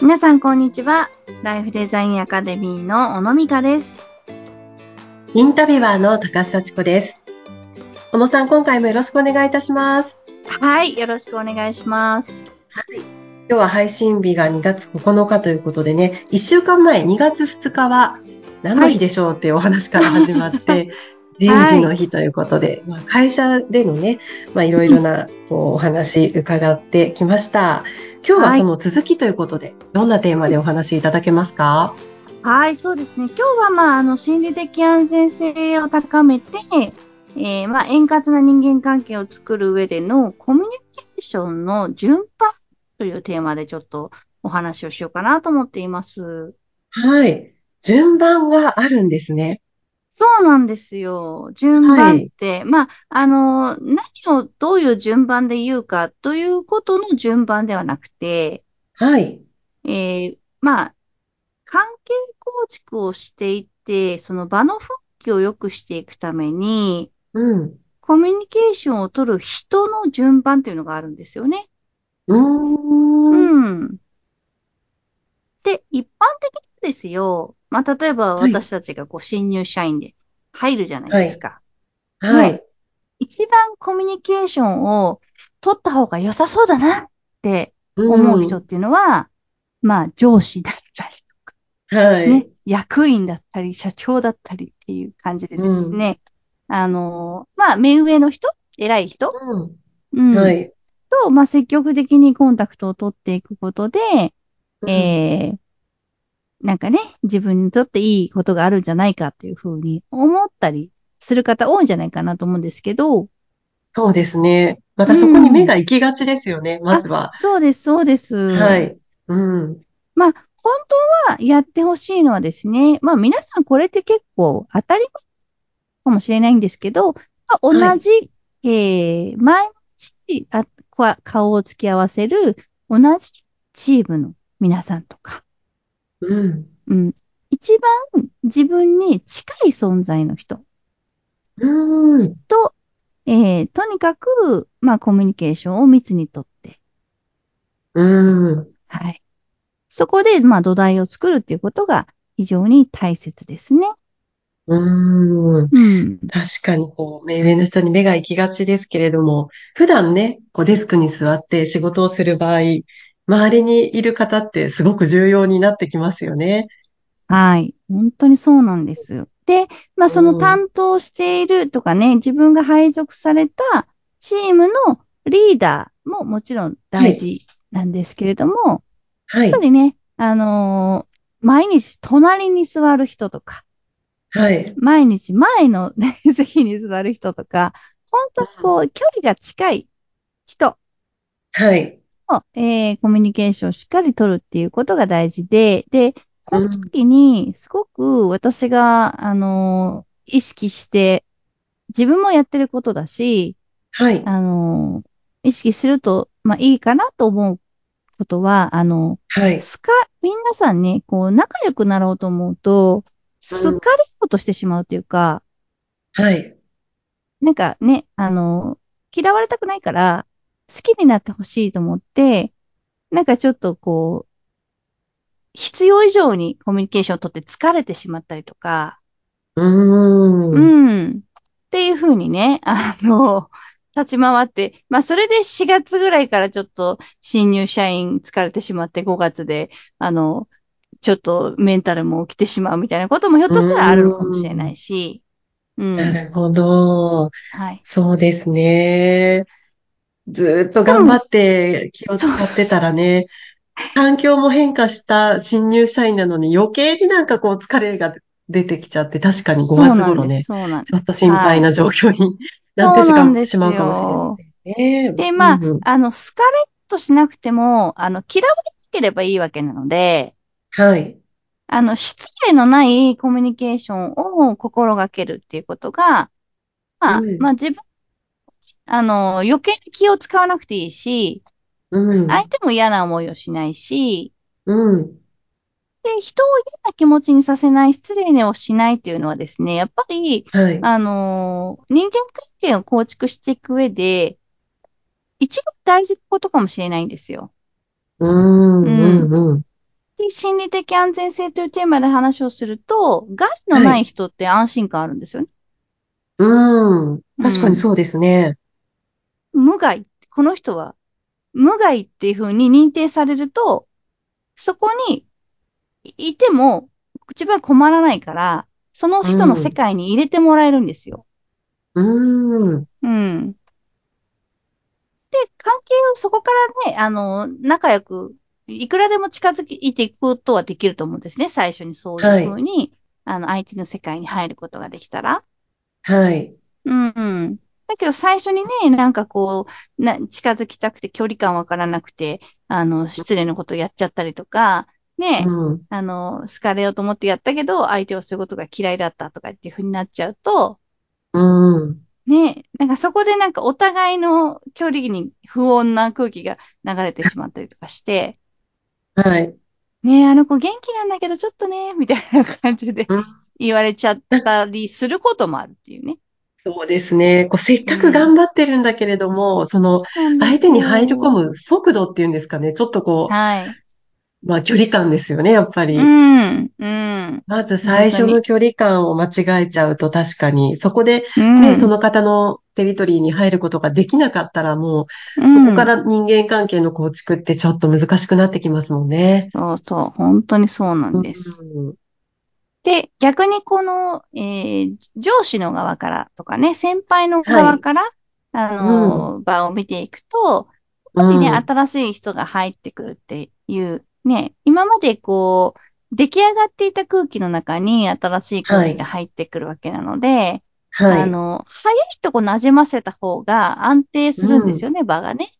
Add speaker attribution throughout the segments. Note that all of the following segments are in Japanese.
Speaker 1: 皆さんこんにちは。ライフデザインアカデミーの小野美香です。
Speaker 2: インタビュアーの高須幸子です。小野さん、今回もよろしくお願いいたします。
Speaker 1: はい、よろしくお願いします。
Speaker 2: はい。今日は配信日が2月9日ということでね、1週間前、2月2日は何の日でしょうっていうお話から始まって、人事の日ということで、まあ、会社でのね、まあ、いろいろなこうお話伺ってきました。今日はその続きということで、どんなテーマでお話いただけますか
Speaker 1: はい、そうですね。今日はまあ、あの、心理的安全性を高めて、えーまあ、円滑な人間関係を作る上でのコミュニケーションの順番というテーマでちょっとお話をしようかなと思っています。
Speaker 2: はい。順番があるんですね。
Speaker 1: そうなんですよ。順番って、まあ、あの、何をどういう順番で言うかということの順番ではなくて、
Speaker 2: はい。
Speaker 1: えーまあ、関係構築をしていって、その場の復帰を良くしていくために、
Speaker 2: うん。
Speaker 1: コミュニケーションを取る人の順番というのがあるんですよね。
Speaker 2: うーん。
Speaker 1: うん。で、一般的にですよ。まあ、例えば
Speaker 2: はい
Speaker 1: 私たちがこう新入社員で入るじゃないですか。
Speaker 2: はい。
Speaker 1: 一番コミュニケーションを取った方が良さそうだなって思う人っていうのは、まあ上司だったり
Speaker 2: うん。はい。
Speaker 1: ね、役員だったり、社長だったりっていう感じでですね、あの、まあ目上の人、偉い人、
Speaker 2: うん。
Speaker 1: うん
Speaker 2: はい。
Speaker 1: と、まあ積極的にコンタクトを取っていくことで、えーなんかね、自分にとっていいことがあるんじゃないかっていうふうに思ったりする方多いんじゃないかなと思うんですけど、
Speaker 2: そうですね。またそこに目が行きがちですよね、まずは。
Speaker 1: そうです、そうです。
Speaker 2: は。い。うん。
Speaker 1: 本当はやってほしいのはですね、まあ皆さんこれって結構当たり前かもしれないんですけど、まあ、同
Speaker 2: はい
Speaker 1: じ、えー、毎日あこ顔を付き合わせる同じチームの皆さんとか、
Speaker 2: うん。
Speaker 1: うん、一番自分に近い存在の人、
Speaker 2: うん。
Speaker 1: えー、とにかく、まあコミュニケーションを密にとって、
Speaker 2: うん。
Speaker 1: はい。そこで、まあ土台を作るっていうことが非常に大切ですね。
Speaker 2: うん。
Speaker 1: うん。
Speaker 2: 確かに、こう、目上の人に目が行きがちですけれども、普段ね、こうデスクに座って仕事をする場合、周りにいる方ってすごく重要になってきますよね。
Speaker 1: はい。本当にそうなんですよ。で、まあ、その
Speaker 2: うん
Speaker 1: 担当しているとかね、自分が配属されたチームのリーダーももちろん大事なんですけれども、
Speaker 2: はい
Speaker 1: やっぱ。りね、あのー毎日隣に座る人とか、
Speaker 2: はい。
Speaker 1: 毎日前の、ね、席に座る人とか、本当にこう、距離が近い人
Speaker 2: はい。
Speaker 1: の、えーコミュニケーションをしっかり取るっていうことが大事で、で、この時に、すごく私が、あのー意識して、自分もやってることだし、
Speaker 2: はい。
Speaker 1: あのー意識すると、まあいいかなと思うことは、あの
Speaker 2: はい。
Speaker 1: すか、皆さんね、こう、仲良くなろうと思うと、好かれようとしてしまうというか、
Speaker 2: はい。
Speaker 1: なんかね、あのー嫌われたくないから、好きになってほしいと思って、なんかちょっとこう、必要以上にコミュニケーションをとって疲れてしまったりとか、
Speaker 2: うん。
Speaker 1: うん。っていうふうにね、あの、立ち回って、まあ、それで4月ぐらいからちょっと新入社員疲れてしまって、5月で、あの、ちょっとメンタルも起きてしまうみたいなこともひょっとしたらあるのかもしれないし、うん。
Speaker 2: なるほど。
Speaker 1: はい。
Speaker 2: そうですね。ずーっと頑張って気を使ってたらね、環境も変化した新入社員なのに余計になんかこう疲れが出てきちゃって、確かに5月頃ね、
Speaker 1: そうなんです。
Speaker 2: ちょっと心配な状況になってしまうしまうかもしれないね。
Speaker 1: で、まあ
Speaker 2: うんうん、
Speaker 1: あの、好かれっとしなくても、あの、嫌われなければいいわけなので、
Speaker 2: はい。
Speaker 1: あの、失礼のないコミュニケーションを心がけるっていうことが、まあ、
Speaker 2: うん
Speaker 1: まあ自分、あの、余計に気を使わなくていいし、
Speaker 2: うん。
Speaker 1: 相手も嫌な思いをしないし、
Speaker 2: うん。
Speaker 1: で、人を嫌な気持ちにさせない、失礼をしないっていうのはですね、やっぱり、
Speaker 2: はい。
Speaker 1: あの、人間関係を構築していく上で、一番大事なことかもしれないんですよ。
Speaker 2: うん。
Speaker 1: うん
Speaker 2: うん。うん。
Speaker 1: 的心理的安全性というテーマで話をすると、害のない人って安心感あるんですよね。
Speaker 2: うん。確かにそうですね。
Speaker 1: 無害。この人は無害っていうふうに認定されると、そこにいても自分は困らないから、その人の世界に入れてもらえるんですよ。
Speaker 2: うん。
Speaker 1: うん。で、関係をそこからね、あの、仲良く、いくらでも近づいていくことはできると思うんですね。最初にそういうふうに、あの、相手の世界に入ることができたら。
Speaker 2: はい。
Speaker 1: うんうん。だけど最初にね、なんかこう、な、近づきたくて距離感わからなくて、あの、失礼なことやっちゃったりとか、ね、
Speaker 2: うん。
Speaker 1: あの、好かれようと思ってやったけど、相手はそういうことが嫌いだったとかっていう風になっちゃうと、
Speaker 2: うん。
Speaker 1: ね、なんかそこでなんかお互いの距離に不穏な空気が流れてしまったりとかして、
Speaker 2: はい。
Speaker 1: ね、あの子元気なんだけどちょっとね、みたいな感じで
Speaker 2: うん
Speaker 1: 言われちゃったりすることもあるっていうね。
Speaker 2: そうですね。こうせっかく頑張ってるんだけれども、その相手に入り込む速度っていうんですかね。ちょっとこ
Speaker 1: はい。
Speaker 2: う、まあ距離感ですよね、やっぱり。
Speaker 1: うん、うん。
Speaker 2: まず最初の距離感を間違えちゃうと確かに、そこで
Speaker 1: ね
Speaker 2: ね、その方のテリトリーに入ることができなかったらも、
Speaker 1: そう
Speaker 2: そ
Speaker 1: ん
Speaker 2: こから人間関係の構築ってちょっと難しくなってきますもんね。
Speaker 1: そうそう、本当にそうなんです。
Speaker 2: うん
Speaker 1: で、逆にこの、えー上司の側からとかね、先輩の側から、あのー場を見ていくと、
Speaker 2: うん
Speaker 1: ね、新しい人が入ってくるっていう、ね、今までこう、出来上がっていた空気の中に新しい空気が入ってくるわけなので、
Speaker 2: はい。
Speaker 1: あの、早いとこ馴染ませた方が安定するんですよね、場がね。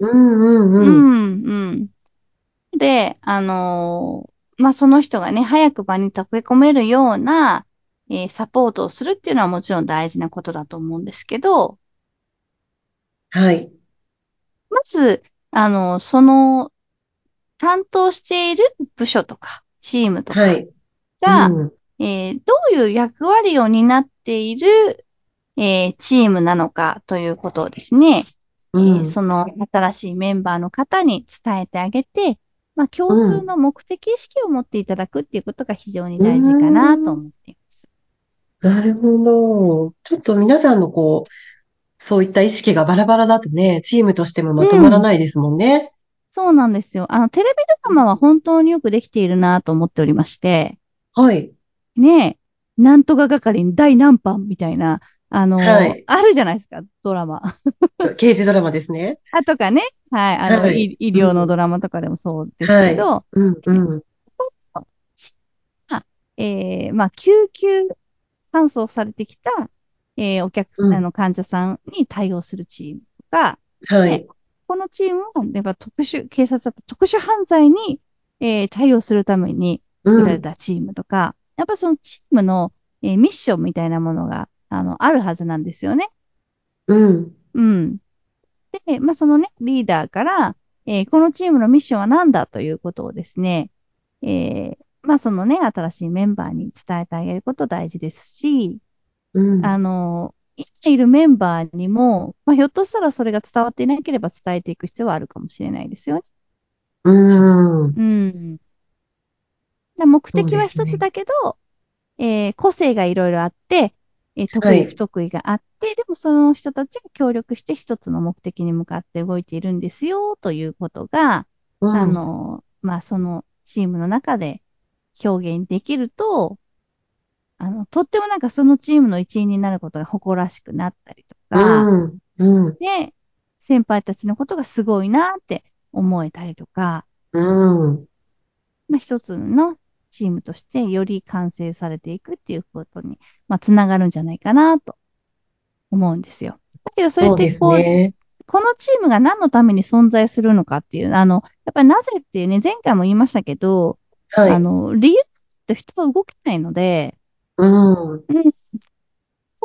Speaker 2: うんうん
Speaker 1: う
Speaker 2: うん。
Speaker 1: ん、うん。で、あのーまあ、その人がね、早く場に溶け込めるような、えーサポートをするっていうのはもちろん大事なことだと思うんですけど、
Speaker 2: はい。
Speaker 1: まず、あのーその、担当している部署とか、チームとか
Speaker 2: はい。
Speaker 1: が、
Speaker 2: うん
Speaker 1: えーどういう役割を担っている、えーチームなのかということをですね、
Speaker 2: うん
Speaker 1: えーその新しいメンバーの方に伝えてあげて、まあ、共通の目的意識を持っていただくっていうことが非常に大事かなと思っています。
Speaker 2: なるほど。ちょっと皆さんのこう、そういった意識がバラバラだとね、チームとしてもまとまらないですもんね。
Speaker 1: そうなんですよ。あの、テレビドラマは本当によくできているなと思っておりまして、
Speaker 2: はい。
Speaker 1: ねえ、なんとか係に第何班みたいな、あの、
Speaker 2: はい
Speaker 1: あるじゃないですか、ドラマ。
Speaker 2: 刑事ドラマですね。
Speaker 1: あとかね、はい、あの、
Speaker 2: はい
Speaker 1: 医医療のドラマとかでもそうですけど、
Speaker 2: うんうん。
Speaker 1: えーまあ、救急搬送されてきた、えーお客さ
Speaker 2: うん
Speaker 1: ん、あの、患者さんに対応するチームとか、
Speaker 2: はい。
Speaker 1: このチームは、やっぱ特殊、警察だった特殊犯罪に、えー対応するために作られたチームとか、やっぱそのチームの、えーミッションみたいなものが、あの、あるはずなんですよね。
Speaker 2: うん。
Speaker 1: うん。で、まあ、そのね、リーダーから、えーこのチームのミッションは何だということをですね、えーまあ、そのね、新しいメンバーに伝えてあげること大事ですし、
Speaker 2: うん。
Speaker 1: あの、今いるメンバーにも、まあ、ひょっとしたらそれが伝わっていなければ伝えていく必要はあるかもしれないですよね。
Speaker 2: うん。
Speaker 1: うん。だ目的は一
Speaker 2: そうですね
Speaker 1: つだけど、えー個性がいろいろあって、えー得
Speaker 2: はい
Speaker 1: 意不得意があって、でもその人たちが協力して一つの目的に向かって動いているんですよ、ということが、
Speaker 2: うん
Speaker 1: あの、まあ、そのチームの中で表現できると、あの、とってもなんかそのチームの一員になることが誇らしくなったりとか、
Speaker 2: うん。うん。
Speaker 1: で、先輩たちのことがすごいなって思えたりとか、
Speaker 2: うん。
Speaker 1: まあ、一つのチームとしてより完成されていくっていうことに、まあ、つながるんじゃないかなと思うんですよ。だけど、それ
Speaker 2: そ
Speaker 1: っ
Speaker 2: うで
Speaker 1: て
Speaker 2: す
Speaker 1: こう、
Speaker 2: ね。
Speaker 1: このチームが何のために存在するのかっていう、あの、やっぱりなぜっていうね、前回も言いましたけど、
Speaker 2: はい。
Speaker 1: あの、理由って人は動けないので、
Speaker 2: うん。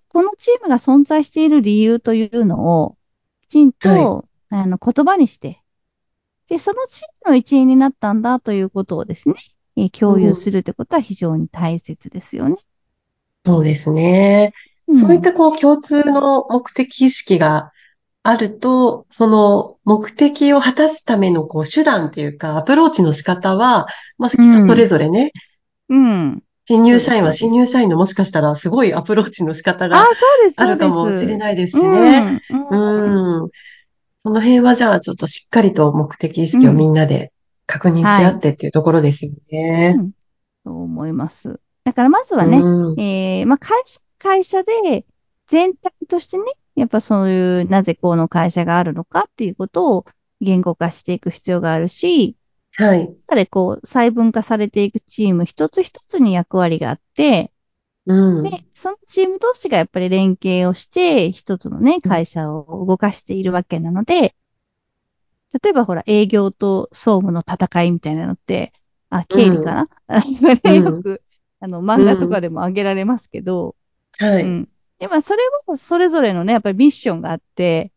Speaker 1: このチームが存在している理由というのを、きちんと、あの、言葉にして、で、そのチームの一員になったんだということをですね、えー共有するってことは非常に大切ですよね。
Speaker 2: そうですね。
Speaker 1: ん
Speaker 2: そういったこう共通の目的意識があると、その目的を果たすためのこう手段っていうか、アプローチの仕方は、まあ、
Speaker 1: うん
Speaker 2: それぞれね、
Speaker 1: うん。
Speaker 2: 新入社員は
Speaker 1: そうですね
Speaker 2: 新入社員のもしかしたらすごいアプローチの仕方
Speaker 1: あ
Speaker 2: が、
Speaker 1: そうです、
Speaker 2: あ
Speaker 1: そう
Speaker 2: る
Speaker 1: です。
Speaker 2: かもしれないですしね。
Speaker 1: ね。うん。
Speaker 2: うん。その辺はじゃあちょっとしっかりと目的意識をみんなで確認し合ってっていうところですよね。
Speaker 1: そう思います。だからまずはね、
Speaker 2: うん
Speaker 1: えーまあ、会社、会社で全体としてね、やっぱそういう、なぜこの会社があるのかっていうことを言語化していく必要があるし、
Speaker 2: はい。
Speaker 1: やっぱりこう、細分化されていくチーム一つ一つに役割があって、
Speaker 2: うん。
Speaker 1: で、そのチーム同士がやっぱり連携をして、一つのね、会社を動かしているわけなので、例えばほら、営業と総務の戦いみたいなのって、あ、経理かな、
Speaker 2: うん
Speaker 1: よく、あの、漫画とかでも挙げられますけど、
Speaker 2: は
Speaker 1: う
Speaker 2: い。
Speaker 1: ん。で、まあ、それもそれぞれのね、やっぱりミッションがあって、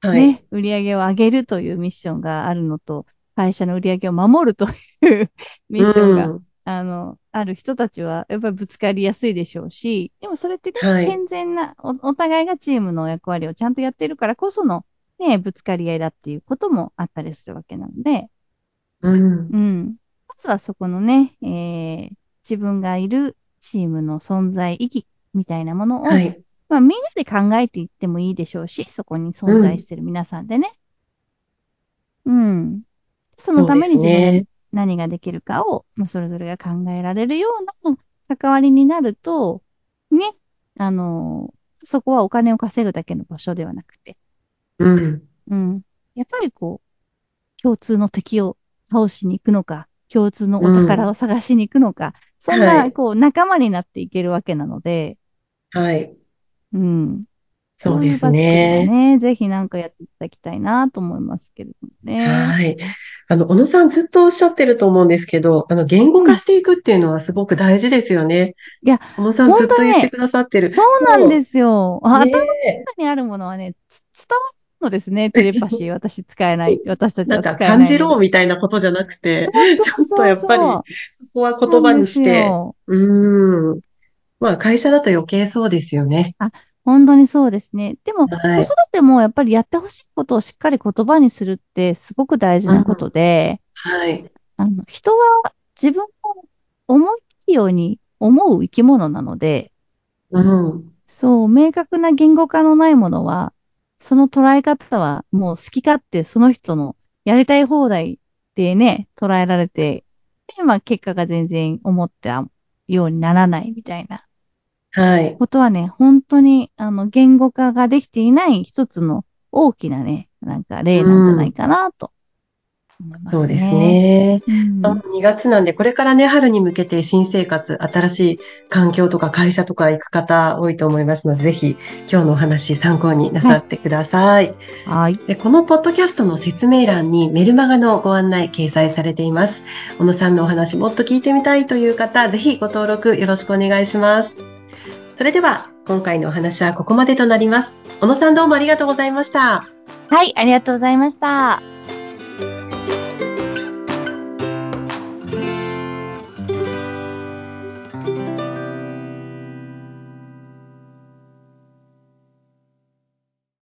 Speaker 2: はい。
Speaker 1: ね、売り上げを上げるというミッションがあるのと、会社の売り上げを守るというミッションが、
Speaker 2: うん
Speaker 1: あの、ある人たちは、やっぱりぶつかりやすいでしょうし、でもそれってね、
Speaker 2: はい
Speaker 1: 健全なお、お互いがチームの役割をちゃんとやってるからこその、ね、ぶつかり合いだっていうこともあったりするわけなので、
Speaker 2: うん。
Speaker 1: うん。まずはそこのね、えー自分がいるチームの存在意義みたいなものを、
Speaker 2: はい。
Speaker 1: まあ、みんなで考えていってもいいでしょうし、そこに存在してる皆さんでね。うん。そのために
Speaker 2: そう
Speaker 1: 自
Speaker 2: ですね
Speaker 1: 分が何ができるかを、まあ、それぞれが考えられるような関わりになると、ね、あのーそこはお金を稼ぐだけの場所ではなくて、
Speaker 2: うん。
Speaker 1: うん。やっぱりこう、共通の敵を倒しに行くのか、共通のお宝を探しに行くのか、そん
Speaker 2: は
Speaker 1: な、
Speaker 2: い
Speaker 1: こう、仲間になっていけるわけなので、
Speaker 2: はい。
Speaker 1: うん。
Speaker 2: そうです
Speaker 1: そういう場
Speaker 2: ね
Speaker 1: 作。りはね。ぜひなんかやっていただきたいなと思いますけれどもね。
Speaker 2: はい。あの、小野さんずっとおっしゃってると思うんですけど、あの、言語化していくっていうのはすごく大事ですよね。
Speaker 1: いや、
Speaker 2: 小野さんずっと
Speaker 1: 本当ね
Speaker 2: 言ってくださってる。
Speaker 1: そうなんですよ。あ
Speaker 2: ね
Speaker 1: 頭にあるものはね、つ伝わるのですね。テレパシ ー、私使えない。私たち
Speaker 2: な
Speaker 1: は
Speaker 2: ん
Speaker 1: 使えな
Speaker 2: か
Speaker 1: い。
Speaker 2: 感じろみたいなことじゃなくて、
Speaker 1: そう
Speaker 2: ちょっとやっぱりそこは言葉にし
Speaker 1: そうなんです
Speaker 2: て、
Speaker 1: よ
Speaker 2: うーん。まあ会社だと余計そうですよね。
Speaker 1: 本当にそうですね。でも、
Speaker 2: はい
Speaker 1: 子育てもやっぱりやってほしいことをしっかり言葉にするってすごく大事なことで、
Speaker 2: はい。
Speaker 1: あの人は自分の思い切るように思う生き物なので、
Speaker 2: うん。
Speaker 1: そう、明確な言語化のないものは、その捉え方はもう好き勝手その人のやりたい放題でね、捉えられて、で、まあ結果が全然思ったようにならないみたいな
Speaker 2: はい。
Speaker 1: ことはね、本当にあの言語化ができていない一つの大きなね、なんか例なんじゃないかなと思いますね。
Speaker 2: そうです。ね。
Speaker 1: うん。
Speaker 2: あ2月なんで、これからね、春に向けて新生活、新しい環境とか会社とか行く方多いと思いますので、ぜひ今日のお話参考になさってください。
Speaker 1: はい。
Speaker 2: でこのポッドキャストの説明欄にメルマガのご案内掲載されています。小野さんのお話もっと聞いてみたいという方、ぜひご登録よろしくお願いします。それでは、今回のお話はここまでとなります。小野さんどうもありがとうございました。
Speaker 1: はい、ありがとうございました。